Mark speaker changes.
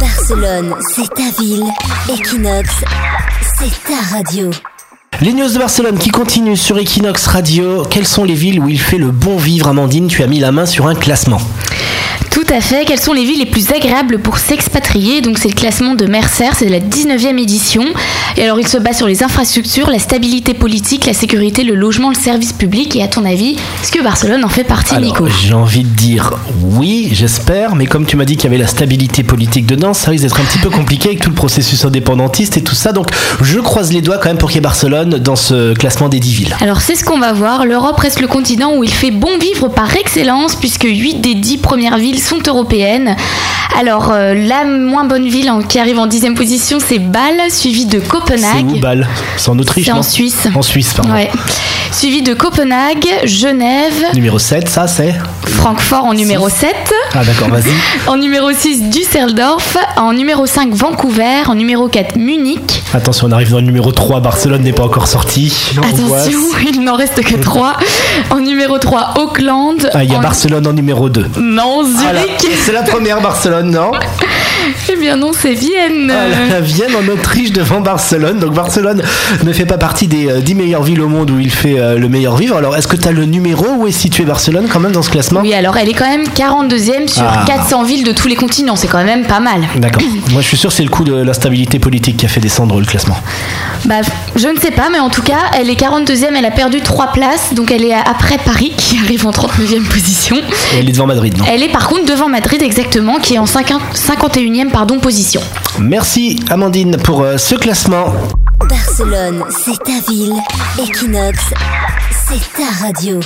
Speaker 1: Barcelone, c'est ta ville. Equinox, c'est ta radio.
Speaker 2: Les news de Barcelone qui continuent sur Equinox Radio. Quelles sont les villes où il fait le bon vivre, Amandine Tu as mis la main sur un classement.
Speaker 3: Tout à fait. Quelles sont les villes les plus agréables pour s'expatrier Donc c'est le classement de Mercer, c'est la 19e édition. Et alors il se base sur les infrastructures, la stabilité politique, la sécurité, le logement, le service public. Et à ton avis, est-ce que Barcelone en fait partie,
Speaker 2: Alors, euh,
Speaker 3: Nico
Speaker 2: J'ai envie de dire oui, j'espère, mais comme tu m'as dit qu'il y avait la stabilité politique dedans, ça risque d'être un petit peu compliqué avec tout le processus indépendantiste et tout ça. Donc, je croise les doigts quand même pour qu'il y ait Barcelone dans ce classement des 10 villes.
Speaker 3: Alors c'est ce qu'on va voir, l'Europe reste le continent où il fait bon vivre par excellence puisque 8 des 10 premières villes sont européennes. Alors euh, la moins bonne ville en- qui arrive en 10e position c'est Bâle suivie de
Speaker 2: C'est où
Speaker 3: Copenhague.
Speaker 2: Bâle C'est en Autriche,
Speaker 3: C'est en
Speaker 2: non
Speaker 3: Suisse.
Speaker 2: En Suisse, pardon.
Speaker 3: Ouais. Suivie de Copenhague, Genève,
Speaker 2: Numéro 7, ça c'est
Speaker 3: Francfort en numéro 7,
Speaker 2: Ah d'accord, vas-y.
Speaker 3: en numéro 6 Düsseldorf, en numéro 5 Vancouver, en numéro 4 Munich.
Speaker 2: Attention, on arrive dans le numéro 3, Barcelone n'est pas encore sorti. L'angoisse.
Speaker 3: Attention, il n'en reste que 3. En numéro 3 Auckland.
Speaker 2: Ah, il y a
Speaker 3: en-
Speaker 2: Barcelone Ah, en numéro 2.
Speaker 3: Non, Zurich. Euh,
Speaker 2: c'est la première Barcelone, non
Speaker 3: Eh bien non, c'est Vienne.
Speaker 2: Ah, la- la Vienne en Autriche devant Barcelone. Donc Barcelone ne fait pas partie des euh, 10 meilleures villes au monde où il fait euh, le meilleur vivre. Alors est-ce que tu as le numéro Où est situé Barcelone quand même dans ce classement
Speaker 3: Oui, alors elle est quand même 42e sur
Speaker 2: Ah.
Speaker 3: 400 villes de tous les continents, c'est quand même pas mal.
Speaker 2: D'accord. Moi je suis sûr que c'est le coup de l'instabilité politique qui a fait descendre le classement.
Speaker 3: Bah, je ne sais pas, mais en tout cas, elle est 42e, elle a perdu 3 places, donc elle est après Paris qui arrive en 39e position.
Speaker 2: Et elle est devant Madrid, non
Speaker 3: Elle est par contre devant Madrid exactement, qui est en 50 51e pardon, position.
Speaker 2: Merci Amandine pour euh, ce classement.
Speaker 1: Barcelone, c'est ta ville. Equinox, c'est ta radio.